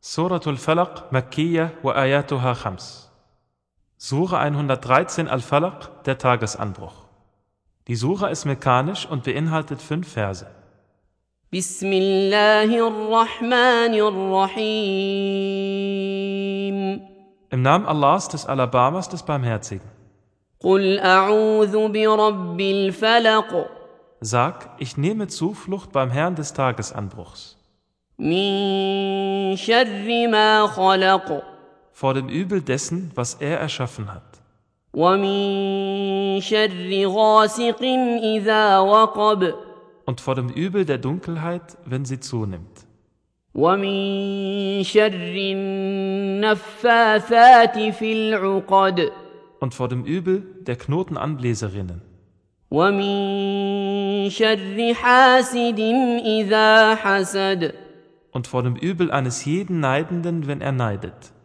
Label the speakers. Speaker 1: Surah Al-Falaq, Makkiyah wa ayatuha khams. Sura 113 Al-Falaq, der Tagesanbruch. Die Sura ist mekanisch und beinhaltet fünf Verse.
Speaker 2: بسم الله الرحمن الرحيم
Speaker 1: Im Namen Allahs des Alabamas des Barmherzigen.
Speaker 2: قل أعوذ برب الفلق
Speaker 1: Sag, ich nehme Zuflucht beim Herrn des Tagesanbruchs,
Speaker 2: من شر ما خلق
Speaker 1: vor dem Übel dessen, was er erschaffen hat,
Speaker 2: ومن شر غاسق إذا وقب
Speaker 1: und vor dem Übel der Dunkelheit, wenn sie zunimmt,
Speaker 2: ومن شر النفاثات في العقد
Speaker 1: und vor dem Übel der Knotenanbläserinnen,
Speaker 2: ومن شر حاسد إذا حسد
Speaker 1: und vor dem Übel eines jeden Neidenden, wenn er neidet,